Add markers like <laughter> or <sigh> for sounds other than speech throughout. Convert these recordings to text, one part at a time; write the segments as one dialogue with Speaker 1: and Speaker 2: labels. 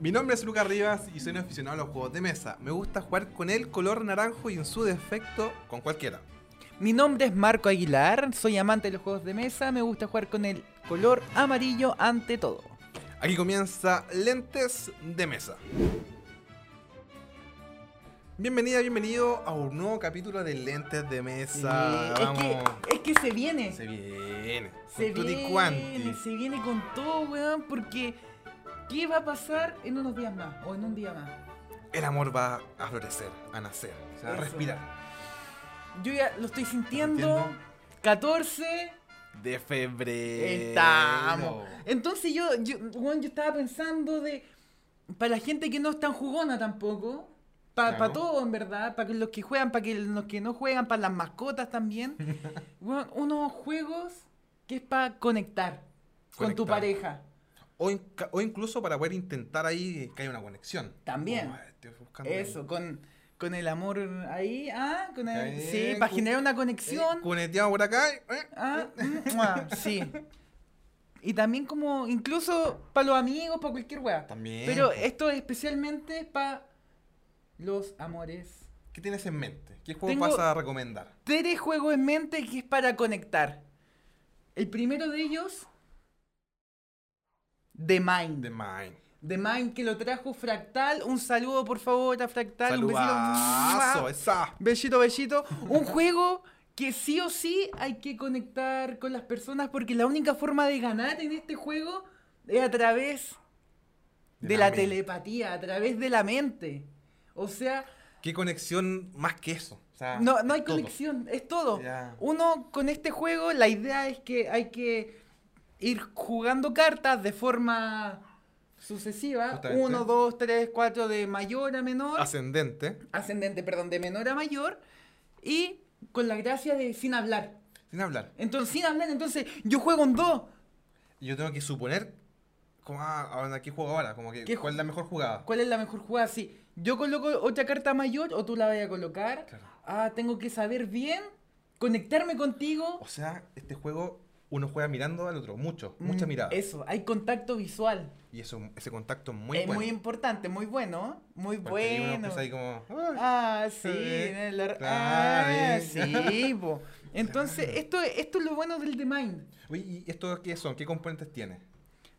Speaker 1: Mi nombre es Lucas Rivas y soy un aficionado a los juegos de mesa. Me gusta jugar con el color naranjo y en su defecto con cualquiera.
Speaker 2: Mi nombre es Marco Aguilar, soy amante de los juegos de mesa, me gusta jugar con el color amarillo ante todo.
Speaker 1: Aquí comienza Lentes de Mesa. Bienvenida, bienvenido a un nuevo capítulo de Lentes de Mesa.
Speaker 2: Eh,
Speaker 1: Vamos.
Speaker 2: Es, que, es que se viene.
Speaker 1: Se viene.
Speaker 2: Se
Speaker 1: Con tutti
Speaker 2: viene,
Speaker 1: quanti.
Speaker 2: se viene con todo, weón, porque ¿qué va a pasar en unos días más o en un día más?
Speaker 1: El amor va a florecer, a nacer, se va a
Speaker 2: Eso.
Speaker 1: respirar.
Speaker 2: Yo ya lo estoy sintiendo.
Speaker 1: Entiendo.
Speaker 2: 14.
Speaker 1: De febrero.
Speaker 2: Estamos. Entonces yo, yo, weón, yo estaba pensando de. Para la gente que no es tan jugona tampoco. Para
Speaker 1: Claro.
Speaker 2: todo, en verdad. Para los que juegan, para que los que no juegan, para las
Speaker 1: <laughs>
Speaker 2: mascotas también. weón, unos juegos que es para conectar con
Speaker 1: Conectar.
Speaker 2: tu pareja.
Speaker 1: O, inca- o incluso para poder intentar ahí que haya una conexión.
Speaker 2: También.
Speaker 1: Oh, estoy buscando ahí.
Speaker 2: Eso, con, con el amor ahí, ah, con el,
Speaker 1: Ahí,
Speaker 2: sí, para
Speaker 1: cu-
Speaker 2: generar una
Speaker 1: Eh,
Speaker 2: conexión.
Speaker 1: cuneteado por acá. eh.
Speaker 2: Ah, mm, mua, sí. Y también como, incluso para los amigos, para cualquier weá.
Speaker 1: También,
Speaker 2: Pero
Speaker 1: po.
Speaker 2: esto es especialmente para los amores.
Speaker 1: ¿Qué tienes en mente? ¿Qué juego
Speaker 2: Tengo-
Speaker 1: vas a recomendar?
Speaker 2: Tres juegos en mente que es para conectar. El primero de ellos, The
Speaker 1: The
Speaker 2: Mind.
Speaker 1: Mind.
Speaker 2: The Mind que lo trajo Fractal. Un saludo por favor a Fractal. Un besito.
Speaker 1: Saludazo,
Speaker 2: Mua.
Speaker 1: esa.
Speaker 2: Bellito, bellito. Un juego que sí o sí hay que conectar con las personas porque la única forma de ganar en este juego es a través de, la,
Speaker 1: mente.
Speaker 2: telepatía, a través de la mente. O sea,
Speaker 1: ¿Qué conexión más que eso? O sea,
Speaker 2: no, no hay
Speaker 1: todo.
Speaker 2: conexión, es todo.
Speaker 1: Ya.
Speaker 2: Uno con este juego, la idea es que hay que ir jugando cartas de forma sucesiva.
Speaker 1: Justamente.
Speaker 2: Uno, dos, tres, cuatro, de mayor a menor
Speaker 1: Ascendente.
Speaker 2: ascendente, perdón, de menor a mayor, y con la gracia de sin hablar.
Speaker 1: Sin hablar.
Speaker 2: Entonces, sin hablar, entonces yo juego un 2.
Speaker 1: Y Yo tengo que suponer. Como, ah, ahora, ¿qué juego ahora? Como que,
Speaker 2: ¿Qué
Speaker 1: ¿Cuál es la mejor jugada?
Speaker 2: ¿Cuál es la mejor jugada? Sí, yo coloco otra carta mayor o tú la vas a colocar.
Speaker 1: Claro.
Speaker 2: Ah, tengo que saber bien, conectarme contigo.
Speaker 1: O sea, este juego uno juega mirando al otro. Mucho,
Speaker 2: Mm,
Speaker 1: mucha mirada.
Speaker 2: Eso, hay contacto visual.
Speaker 1: Y eso, ese contacto es muy
Speaker 2: es
Speaker 1: bueno.
Speaker 2: muy importante, muy bueno, muy
Speaker 1: Porque ahí uno
Speaker 2: bueno.
Speaker 1: empieza ahí como, ah, <laughs>
Speaker 2: Ah, sí,
Speaker 1: Sí.
Speaker 2: en el ar-
Speaker 1: Claro,
Speaker 2: ah,
Speaker 1: eh.
Speaker 2: sí,
Speaker 1: <laughs>
Speaker 2: po. Entonces,
Speaker 1: Claro.
Speaker 2: esto, esto es lo bueno del The Mind.
Speaker 1: Oye, ¿y esto qué son? ¿Qué componentes tiene?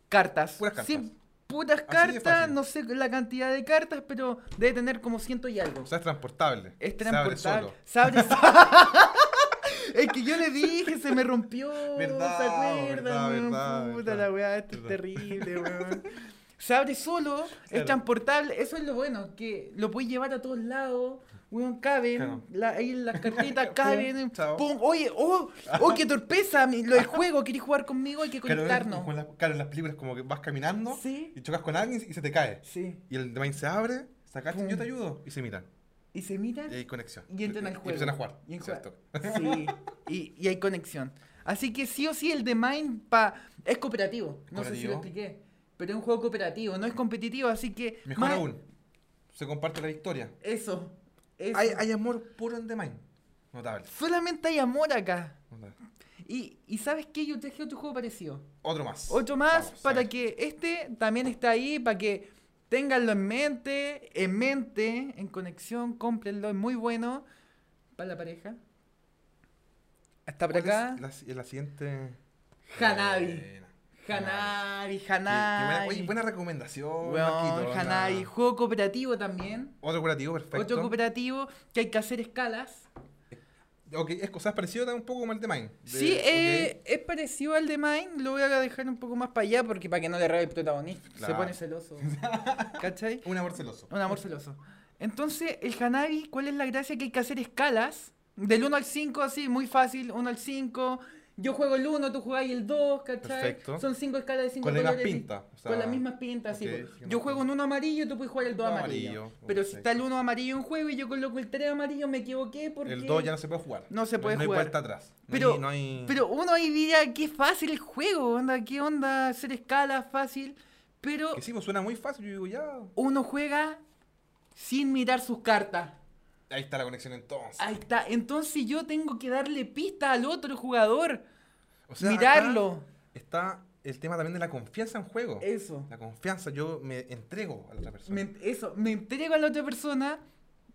Speaker 2: Cartas.
Speaker 1: Puras cartas.
Speaker 2: Sí, puras
Speaker 1: de
Speaker 2: cartas,
Speaker 1: fácil.
Speaker 2: no sé la cantidad de cartas, pero debe tener como ciento y algo.
Speaker 1: O sea, es transportable.
Speaker 2: es
Speaker 1: Se
Speaker 2: transportable.
Speaker 1: abre solo.
Speaker 2: Se abre solo. <laughs> es que yo le dije, se me rompió.
Speaker 1: <laughs> Verdad,
Speaker 2: ¿Se acuerdan?
Speaker 1: verdad,
Speaker 2: weón?
Speaker 1: verdad,
Speaker 2: Puta
Speaker 1: verdad.
Speaker 2: la weá, esto
Speaker 1: Verdad. <laughs>
Speaker 2: es terrible, weón. Se abre solo, es
Speaker 1: Claro.
Speaker 2: transportable, eso es lo bueno, que lo puedes llevar a todos lados, weón, caben,
Speaker 1: Claro.
Speaker 2: la- ahí
Speaker 1: <laughs>
Speaker 2: las cartitas caben,
Speaker 1: chao.
Speaker 2: pum, oye, oh, oh, qué torpeza, mi- lo del juego, querés jugar conmigo, hay que
Speaker 1: Claro, es
Speaker 2: conectarnos.
Speaker 1: como en las- claro, en las películas como que vas caminando
Speaker 2: Sí.
Speaker 1: y chocas con alguien y se te cae.
Speaker 2: Sí.
Speaker 1: Y el main se abre, sacaste,
Speaker 2: Pum.
Speaker 1: yo te ayudo. Y se miran.
Speaker 2: Y se miran
Speaker 1: Y hay conexión.
Speaker 2: y entran al juego.
Speaker 1: empiezan a jugar.
Speaker 2: Y en
Speaker 1: ¿cierto? <laughs>
Speaker 2: jue- Sí, y, y hay conexión. Así que sí o sí el The Mind pa- es cooperativo. No sé si
Speaker 1: Cooperativo.
Speaker 2: lo expliqué. Pero es un juego cooperativo, no es competitivo, así que...
Speaker 1: Mejor
Speaker 2: más-
Speaker 1: aún, se comparte la victoria.
Speaker 2: Eso. eso.
Speaker 1: Hay, hay amor puro en The Mind. Notable.
Speaker 2: Solamente hay amor acá.
Speaker 1: notable.
Speaker 2: Y, y ¿sabes qué? Yo traje otro juego parecido.
Speaker 1: Otro más.
Speaker 2: Otro más
Speaker 1: Vamos,
Speaker 2: para
Speaker 1: a ver.
Speaker 2: que este también está ahí, para que tenganlo en mente, en mente, en conexión, cómprenlo, es muy bueno para la pareja. Hasta por
Speaker 1: ¿Cuál Eh, es
Speaker 2: acá.
Speaker 1: La, si- la siguiente.
Speaker 2: Hanabi.
Speaker 1: Buena.
Speaker 2: Hanabi,
Speaker 1: Qué- qué buena-
Speaker 2: Hanabi.
Speaker 1: oye, buena recomendación.
Speaker 2: Weón,
Speaker 1: Marquito,
Speaker 2: Hanabi.
Speaker 1: onda.
Speaker 2: Juego cooperativo también.
Speaker 1: Otro curativo, perfecto.
Speaker 2: Otro cooperativo que hay que hacer escalas.
Speaker 1: Ok, es, o sea, es parecido también un poco como el de Mine. De-
Speaker 2: sí,
Speaker 1: ok,
Speaker 2: eh, es parecido al de Mine. Lo voy a dejar un poco más para allá porque para que no le robe el protagonista. Se
Speaker 1: Claro.
Speaker 2: pone
Speaker 1: <laughs>
Speaker 2: celoso. ¿Cachai?
Speaker 1: Un amor celoso.
Speaker 2: Un amor celoso. Entonces, el Hanabi, ¿cuál es la gracia? Que hay que hacer escalas. Del 1 al 5, así, muy fácil. 1 al 5. Yo juego el 1, tú jugás el 2, ¿cachai?
Speaker 1: Perfecto.
Speaker 2: Son 5 escalas de 5
Speaker 1: Con la
Speaker 2: colores.
Speaker 1: misma pinta. o sea,
Speaker 2: con las mismas pintas, sí,
Speaker 1: ok,
Speaker 2: po.
Speaker 1: sí, no
Speaker 2: pues. Yo
Speaker 1: entiendo.
Speaker 2: juego en uno amarillo y tú puedes jugar el 2
Speaker 1: Dos
Speaker 2: amarillo.
Speaker 1: amarillo,
Speaker 2: Pero si está el
Speaker 1: perfecto.
Speaker 2: 1 amarillo en juego y yo coloco el 3 amarillo, me equivoqué porque...
Speaker 1: El 2 ya no se puede jugar.
Speaker 2: No se puede
Speaker 1: no,
Speaker 2: jugar.
Speaker 1: hay vuelta atrás. No
Speaker 2: Pero-
Speaker 1: hay, no hay-
Speaker 2: Pero uno ahí diría, qué fácil el juego, onda, qué onda, hacer escala fácil. Pero
Speaker 1: Que sí, pues suena muy fácil. Yo digo, ya.
Speaker 2: uno juega sin mirar sus cartas.
Speaker 1: Ahí está la conexión entonces.
Speaker 2: Ahí está. Entonces yo tengo que darle pista al otro jugador.
Speaker 1: O sea, acá
Speaker 2: mirarlo.
Speaker 1: Está el tema también de la confianza en juego.
Speaker 2: Eso.
Speaker 1: La confianza, yo me entrego a la otra persona.
Speaker 2: Me, eso, me entrego a la otra persona,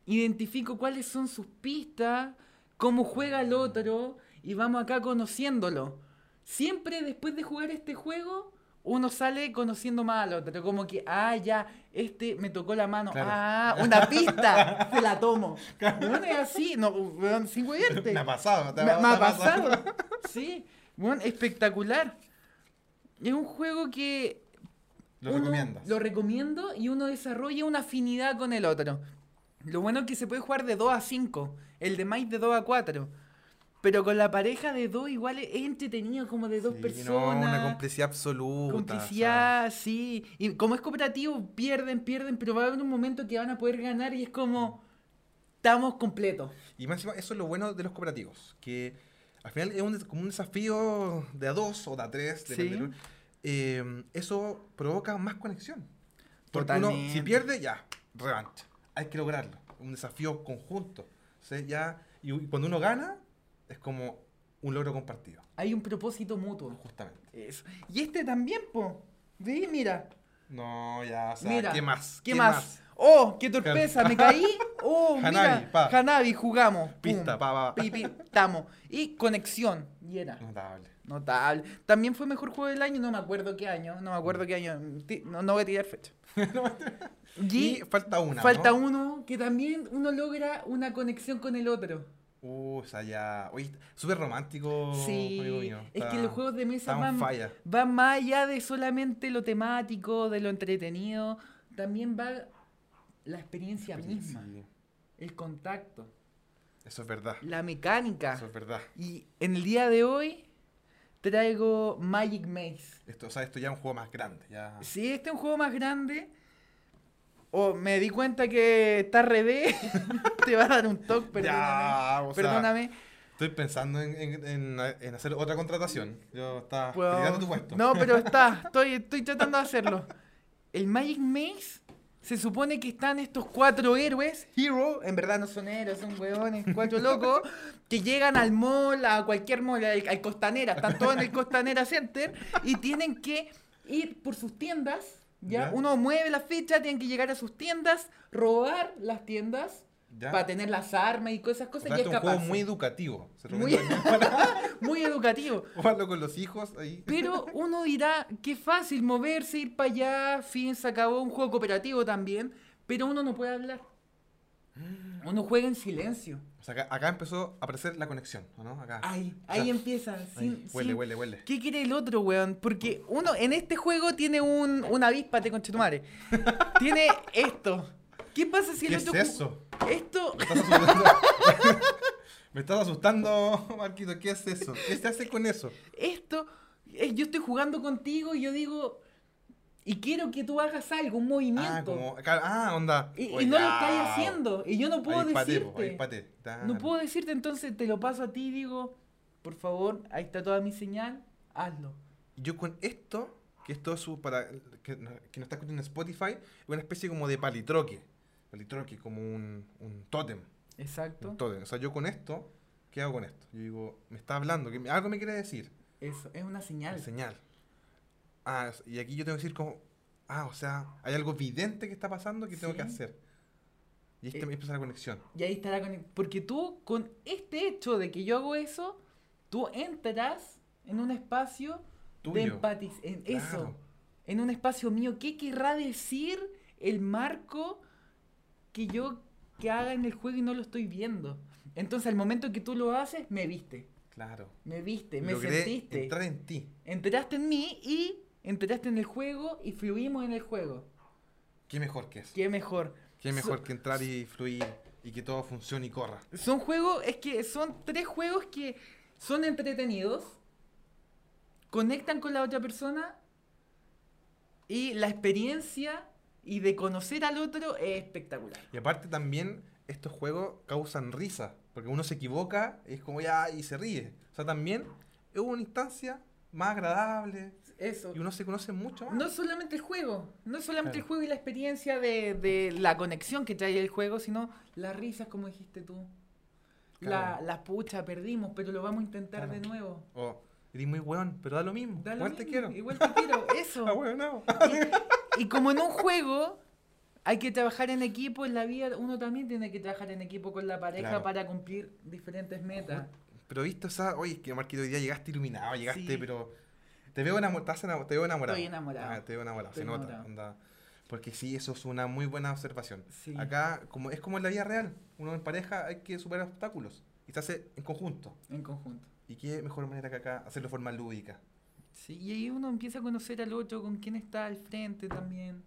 Speaker 2: identifico cuáles son sus pistas, cómo juega el otro y vamos acá conociéndolo. Siempre después de jugar este juego, uno sale conociendo más al otro. Como que, ah, ya, este me tocó la mano.
Speaker 1: Claro.
Speaker 2: Ah,
Speaker 1: <laughs>
Speaker 2: una pista, se la tomo. Bueno, es así, no, weón, sin hueverte.
Speaker 1: <laughs> Me ha pasado,
Speaker 2: Me, me ha pasado. Sí, bueno, espectacular. Es un juego que
Speaker 1: <laughs> Lo
Speaker 2: uno
Speaker 1: recomiendas.
Speaker 2: Lo recomiendo y uno desarrolla una afinidad con el otro. Lo bueno es que se puede jugar de 2 a 5, el de Mike de 2 a 4. Pero con la pareja de 2 igual es entretenido como de dos
Speaker 1: Sí, no, una
Speaker 2: personas.
Speaker 1: complicidad absoluta.
Speaker 2: complicidad, sí. Y como es cooperativo, pierden, pierden, pero va a haber un momento que van a poder ganar y es como estamos completos.
Speaker 1: o sea, Y más encima, eso es lo bueno de los cooperativos, que al final es un, des- como un desafío de a dos o de a tres,
Speaker 2: Sí.
Speaker 1: depende del- eh, eso provoca más conexión. Porque uno, si
Speaker 2: Totalmente.
Speaker 1: pierde, ya, revancha. Hay que lograrlo. Un desafío conjunto. O sea, ya, y u- cuando uno gana, es como un logro compartido,
Speaker 2: Hay un propósito mutuo.
Speaker 1: justamente.
Speaker 2: Eso. Y este también, po. Ve, mira.
Speaker 1: No, ya, o sea,
Speaker 2: Mira,
Speaker 1: ¿qué más?
Speaker 2: ¿Qué, más? ¡Oh, qué torpeza!
Speaker 1: <laughs>
Speaker 2: ¿Me caí? ¡Oh,
Speaker 1: Hanabi,
Speaker 2: mira!
Speaker 1: pa.
Speaker 2: Hanabi, jugamos. Pum.
Speaker 1: Pista, pa, pa, pa.
Speaker 2: Pi, pi, tamo. Y conexión. Y era.
Speaker 1: Notable.
Speaker 2: Notable. También fue mejor juego del año, no me acuerdo qué año. No me acuerdo qué año. Ti- No, no voy a
Speaker 1: <laughs>
Speaker 2: tirar fecha.
Speaker 1: Y,
Speaker 2: y
Speaker 1: falta una.
Speaker 2: falta
Speaker 1: ¿no?
Speaker 2: uno que también uno logra una conexión con el otro.
Speaker 1: Uh, o sea, ya. Oye, súper romántico, amigo
Speaker 2: sí.
Speaker 1: mío.
Speaker 2: Es que
Speaker 1: Está-
Speaker 2: los juegos de mesa
Speaker 1: está on
Speaker 2: van,
Speaker 1: fire.
Speaker 2: van más allá de solamente lo temático, de lo entretenido. También va la experiencia misma.
Speaker 1: Sí,
Speaker 2: el contacto,
Speaker 1: Eso es verdad.
Speaker 2: la mecánica.
Speaker 1: Eso es verdad.
Speaker 2: Y en el día de hoy traigo Magic Maze.
Speaker 1: Esto, o sea, esto ya es un juego más grande. Ya.
Speaker 2: Si este es un juego más grande, o me di cuenta que está revés, <laughs> te va a dar un toque, perdóname.
Speaker 1: Ya, o sea,
Speaker 2: perdóname.
Speaker 1: Estoy pensando en, en- en- en hacer otra contratación. Yo estaba
Speaker 2: Puedo-
Speaker 1: peleando Ah, tu puesto. <laughs>
Speaker 2: No, pero está, estoy, estoy tratando de hacerlo. El Magic Maze se supone que están estos cuatro héroes, hero, en verdad no son héroes, son hueones,
Speaker 1: <laughs>
Speaker 2: cuatro locos, que llegan al mall, a cualquier mall, al, al Costanera, están todos en el Costanera Center y tienen que ir por sus tiendas. ¿ya?
Speaker 1: Ya.
Speaker 2: Uno mueve la ficha, tienen que llegar a sus tiendas, robar las tiendas
Speaker 1: ¿Ya?
Speaker 2: para tener las armas y cosas, esas
Speaker 1: O
Speaker 2: cosas
Speaker 1: sea,
Speaker 2: y
Speaker 1: este es un juego
Speaker 2: escaparse.
Speaker 1: muy educativo. Se <laughs>
Speaker 2: Muy- <laughs>
Speaker 1: recomienda para
Speaker 2: muy educativo.
Speaker 1: <laughs> jugarlo con los hijos ahí.
Speaker 2: Pero uno dirá, qué fácil moverse, ir para allá, fin, se acabó un juego cooperativo también, pero uno no puede hablar. Uno juega en silencio.
Speaker 1: O sea, acá, acá empezó a aparecer la conexión, ¿o ¿no? Acá.
Speaker 2: Ahí,
Speaker 1: Ya.
Speaker 2: ahí empieza.
Speaker 1: Ahí.
Speaker 2: sin-
Speaker 1: huele,
Speaker 2: sin-
Speaker 1: huele, huele.
Speaker 2: ¿Qué quiere el otro, weón? Porque uno en este juego tiene un, una avispa, te conchetumare. tiene esto. ¿Qué pasa si el
Speaker 1: ¿Qué es
Speaker 2: otro... ju-
Speaker 1: eso?
Speaker 2: Esto...
Speaker 1: Me estás asustando. <laughs> Me estás asustando, Marquito. ¿Qué es eso? ¿Qué se hace con eso?
Speaker 2: esto, eh, yo estoy jugando contigo y yo digo, y quiero que tú hagas algo, un movimiento.
Speaker 1: Ah, como. acá- Ah, onda.
Speaker 2: Y, y
Speaker 1: Oye,
Speaker 2: no lo
Speaker 1: ah,
Speaker 2: estáis haciendo. Y yo no puedo
Speaker 1: ahí paté, po,
Speaker 2: decirte.
Speaker 1: ahí Ah. paté,
Speaker 2: no
Speaker 1: claro.
Speaker 2: puedo decirte, entonces te lo paso a ti y digo, por favor, ahí está toda mi señal, hazlo.
Speaker 1: Yo con esto, que esto es su- para. Que, no- que no está escuchando en Spotify, es una especie como de palitroque. Palitroque, como un, un tótem.
Speaker 2: Exacto.
Speaker 1: Un tótem. O sea, yo con esto, ¿qué hago con esto? Yo digo, me está hablando, que me- algo me quiere decir.
Speaker 2: Eso, es una
Speaker 1: La
Speaker 2: señal.
Speaker 1: señal. Ah, es- y aquí yo tengo que decir como, ah, o sea, hay algo evidente que está pasando que tengo que
Speaker 2: Sí.
Speaker 1: hacer. Y este
Speaker 2: Eh.
Speaker 1: me empieza la conexión.
Speaker 2: Y ahí estará con... Porque tú, con este hecho de que yo hago eso, tú entras en un espacio de
Speaker 1: Tuyo.
Speaker 2: empatiz. En eso.
Speaker 1: Claro.
Speaker 2: En un espacio mío. ¿Qué querrá decir el marco que yo que haga en el juego y no lo estoy viendo? Entonces, al momento que tú lo haces, me viste.
Speaker 1: Claro.
Speaker 2: Me viste, me
Speaker 1: Logré
Speaker 2: sentiste.
Speaker 1: entrar en ti.
Speaker 2: Entraste en mí y entraste en el juego y fluimos en el juego.
Speaker 1: Qué mejor que eso. Qué,
Speaker 2: Qué mejor.
Speaker 1: mejor que entrar y fluir y que todo funcione y corra.
Speaker 2: Son juegos, es que son tres juegos que son entretenidos, conectan con la otra persona y la experiencia y de conocer al otro es espectacular.
Speaker 1: Y aparte también estos juegos causan risa, porque uno se equivoca y es como ya y se ríe. O sea, también es una instancia más agradable
Speaker 2: Eso.
Speaker 1: y uno se conoce mucho más.
Speaker 2: No solamente el juego, no solamente
Speaker 1: Claro.
Speaker 2: el juego y la experiencia de, de la conexión que trae el juego, sino las risas, como dijiste tú. La,
Speaker 1: Claro.
Speaker 2: la pucha, perdimos, pero lo vamos a intentar
Speaker 1: Claro.
Speaker 2: de nuevo.
Speaker 1: O Eres muy weón, pero da lo mismo.
Speaker 2: Da lo
Speaker 1: igual te
Speaker 2: mismo,
Speaker 1: quiero.
Speaker 2: Igual te
Speaker 1: <laughs>
Speaker 2: quiero, eso.
Speaker 1: Ah, weón, no.
Speaker 2: Y como en un juego hay que trabajar en equipo, en la vida uno también tiene que trabajar en equipo con la pareja
Speaker 1: Claro.
Speaker 2: para cumplir diferentes metas.
Speaker 1: Pero visto esa, oye, es que Marquito, hoy día llegaste iluminado, llegaste,
Speaker 2: Sí.
Speaker 1: pero te veo enamorado, estás enamo- te veo enamorado.
Speaker 2: Estoy enamorado.
Speaker 1: Ah, te veo enamorado,
Speaker 2: Estoy
Speaker 1: se nota,
Speaker 2: enamorado.
Speaker 1: onda. Porque sí, eso es una muy buena observación.
Speaker 2: Sí.
Speaker 1: Acá, como es como en la vida real, uno en pareja hay que superar obstáculos y se hace en conjunto.
Speaker 2: En conjunto.
Speaker 1: Y qué mejor manera que acá hacerlo de forma lúdica.
Speaker 2: Sí, y ahí uno empieza a conocer al otro, con quién está al frente también.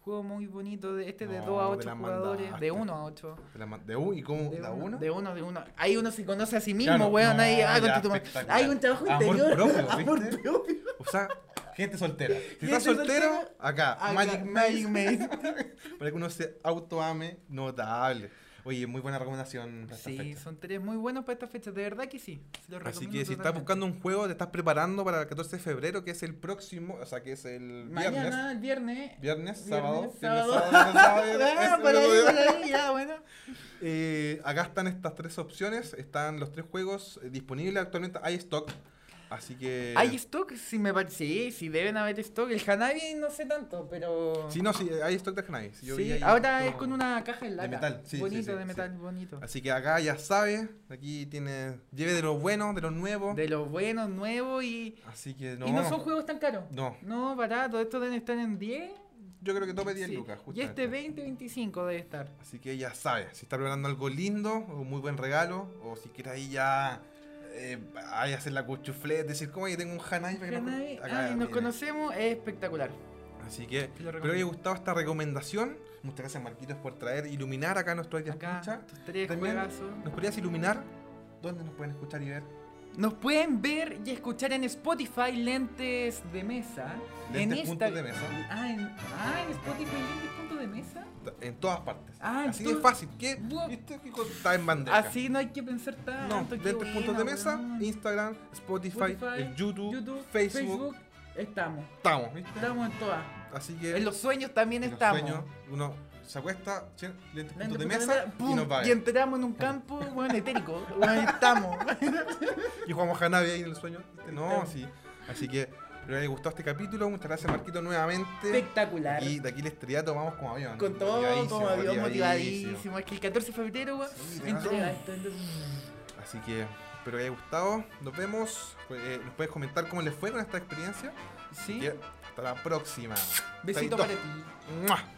Speaker 2: Juego muy bonito, de este de
Speaker 1: No,
Speaker 2: 2 a
Speaker 1: me
Speaker 2: 8
Speaker 1: la
Speaker 2: jugadores, de
Speaker 1: mandaste.
Speaker 2: 1 a 8.
Speaker 1: De, la ma- de un- y cómo,
Speaker 2: De
Speaker 1: ¿da
Speaker 2: uno,
Speaker 1: uno?
Speaker 2: De uno, de uno. Ahí uno se conoce a sí mismo,
Speaker 1: Claro,
Speaker 2: weón.
Speaker 1: no,
Speaker 2: ahí, ah, con
Speaker 1: ya,
Speaker 2: tu-
Speaker 1: espectacular.
Speaker 2: hay un trabajo
Speaker 1: Amor
Speaker 2: interior. <laughs>
Speaker 1: propio,
Speaker 2: amor
Speaker 1: ¿viste?
Speaker 2: propio.
Speaker 1: O sea, gente soltera. Si
Speaker 2: Gente
Speaker 1: estás soltero,
Speaker 2: soltera,
Speaker 1: acá,
Speaker 2: Acá,
Speaker 1: Magic Magic
Speaker 2: Ah, Maze.
Speaker 1: <laughs> Para que uno se autoame, notable. Oye, muy buena recomendación. para este esta
Speaker 2: Sí,
Speaker 1: fecha.
Speaker 2: son tres muy buenos para estas fechas, de verdad que sí. se los
Speaker 1: Así
Speaker 2: recomiendo
Speaker 1: que si estás
Speaker 2: totalmente.
Speaker 1: buscando un juego, te estás preparando para el 14 de febrero, que es el próximo, o sea, que es el
Speaker 2: Mañana, el
Speaker 1: viernes, viernes,
Speaker 2: viernes. viernes,
Speaker 1: sábado, viernes,
Speaker 2: sábado.
Speaker 1: sábado, viernes,
Speaker 2: <laughs>
Speaker 1: sábado,
Speaker 2: Ah,
Speaker 1: ese
Speaker 2: por ahí,
Speaker 1: mismo día.
Speaker 2: por ahí, ya, bueno.
Speaker 1: Eh, acá están estas tres opciones, están los tres juegos eh, disponibles actualmente, hay stock, así que...
Speaker 2: ¿Hay stock? Sí, me parece. Sí, sí, deben haber stock. El Hanabi no sé tanto, pero.
Speaker 1: Sí, no, sí, hay stock de Knight.
Speaker 2: Sí, ahora es con una caja en lata.
Speaker 1: metal, sí, sí,
Speaker 2: Bonito,
Speaker 1: sí,
Speaker 2: de
Speaker 1: sí.
Speaker 2: metal, bonito.
Speaker 1: Así que acá ya sabes, aquí tiene... Lleve de lo bueno, de lo nuevo.
Speaker 2: De los buenos, nuevos y.
Speaker 1: Así que no...
Speaker 2: Y no son juegos tan caros.
Speaker 1: No,
Speaker 2: No, barato. Estos deben estar en 10.
Speaker 1: yo creo que tope 10
Speaker 2: sí.
Speaker 1: lucas,
Speaker 2: Y
Speaker 1: justamente.
Speaker 2: este 20, 25 debe estar.
Speaker 1: Así que ya sabes, si está preparando algo lindo, o un muy buen regalo, o si quieres ahí ya... Eh, ahí hacer la cuchuflet, decir, como que tengo un Hanai para que nos-
Speaker 2: Hanabi,
Speaker 1: acá
Speaker 2: ay, ah, nos
Speaker 1: tiene.
Speaker 2: conocemos, es espectacular.
Speaker 1: Así que
Speaker 2: Te
Speaker 1: Espero que
Speaker 2: lo
Speaker 1: haya
Speaker 2: recomiendo.
Speaker 1: gustado esta recomendación. Muchas gracias, Marquitos, por traer, iluminar acá nuestro área
Speaker 2: Acá,
Speaker 1: escucha.
Speaker 2: estos tres
Speaker 1: También-
Speaker 2: juegazos.
Speaker 1: ¿Nos podrías iluminar dónde nos pueden escuchar y ver?
Speaker 2: Nos pueden ver y escuchar en Spotify Lentes de Mesa.
Speaker 1: Lentes
Speaker 2: en
Speaker 1: punto
Speaker 2: Insta-
Speaker 1: de mesa.
Speaker 2: Ah, en, ah, en Spotify Lentes punto de Mesa.
Speaker 1: En todas partes.
Speaker 2: Ah, en
Speaker 1: Así
Speaker 2: todo-
Speaker 1: de fácil. ¿Qué?
Speaker 2: Bu-
Speaker 1: ¿Viste qué cosa está en bandeja?
Speaker 2: Así Ah, no hay que pensar
Speaker 1: No,
Speaker 2: tanto. qué
Speaker 1: lentes
Speaker 2: buena,
Speaker 1: puntos de mesa,
Speaker 2: weón.
Speaker 1: Instagram, Spotify,
Speaker 2: Spotify,
Speaker 1: eh, YouTube,
Speaker 2: YouTube,
Speaker 1: Facebook,
Speaker 2: Estamos,
Speaker 1: Estamos, ¿viste?
Speaker 2: estamos en todas.
Speaker 1: Así que
Speaker 2: En los sueños también
Speaker 1: en los
Speaker 2: estamos.
Speaker 1: sueños, uno se acuesta, che, lentes
Speaker 2: Lentes
Speaker 1: puntos
Speaker 2: punto
Speaker 1: de mesa y
Speaker 2: pum,
Speaker 1: nos va.
Speaker 2: y entramos en un
Speaker 1: <laughs>
Speaker 2: campo, bueno, etérico. Bueno, estamos.
Speaker 1: Y jugamos Hanabi ahí en el sueño. ¿viste? No,
Speaker 2: Estamos.
Speaker 1: así. Así que espero que haya gustado este capítulo. Muchas gracias, Marquito, nuevamente.
Speaker 2: <laughs> Espectacular.
Speaker 1: Aquí, de aquí el estriato vamos como avión.
Speaker 2: Con todo, como avión,
Speaker 1: motivadísimo.
Speaker 2: motivadísimo. Es que el 14 de febrero, weón,
Speaker 1: Sí, te
Speaker 2: entrega
Speaker 1: vas.
Speaker 2: esto, entonces-
Speaker 1: Así que espero que haya gustado. Nos vemos. Eh, nos puedes comentar cómo les fue con esta experiencia.
Speaker 2: Sí.
Speaker 1: Y hasta la próxima. Chaito.
Speaker 2: Besito para ti.
Speaker 1: ¡Mua!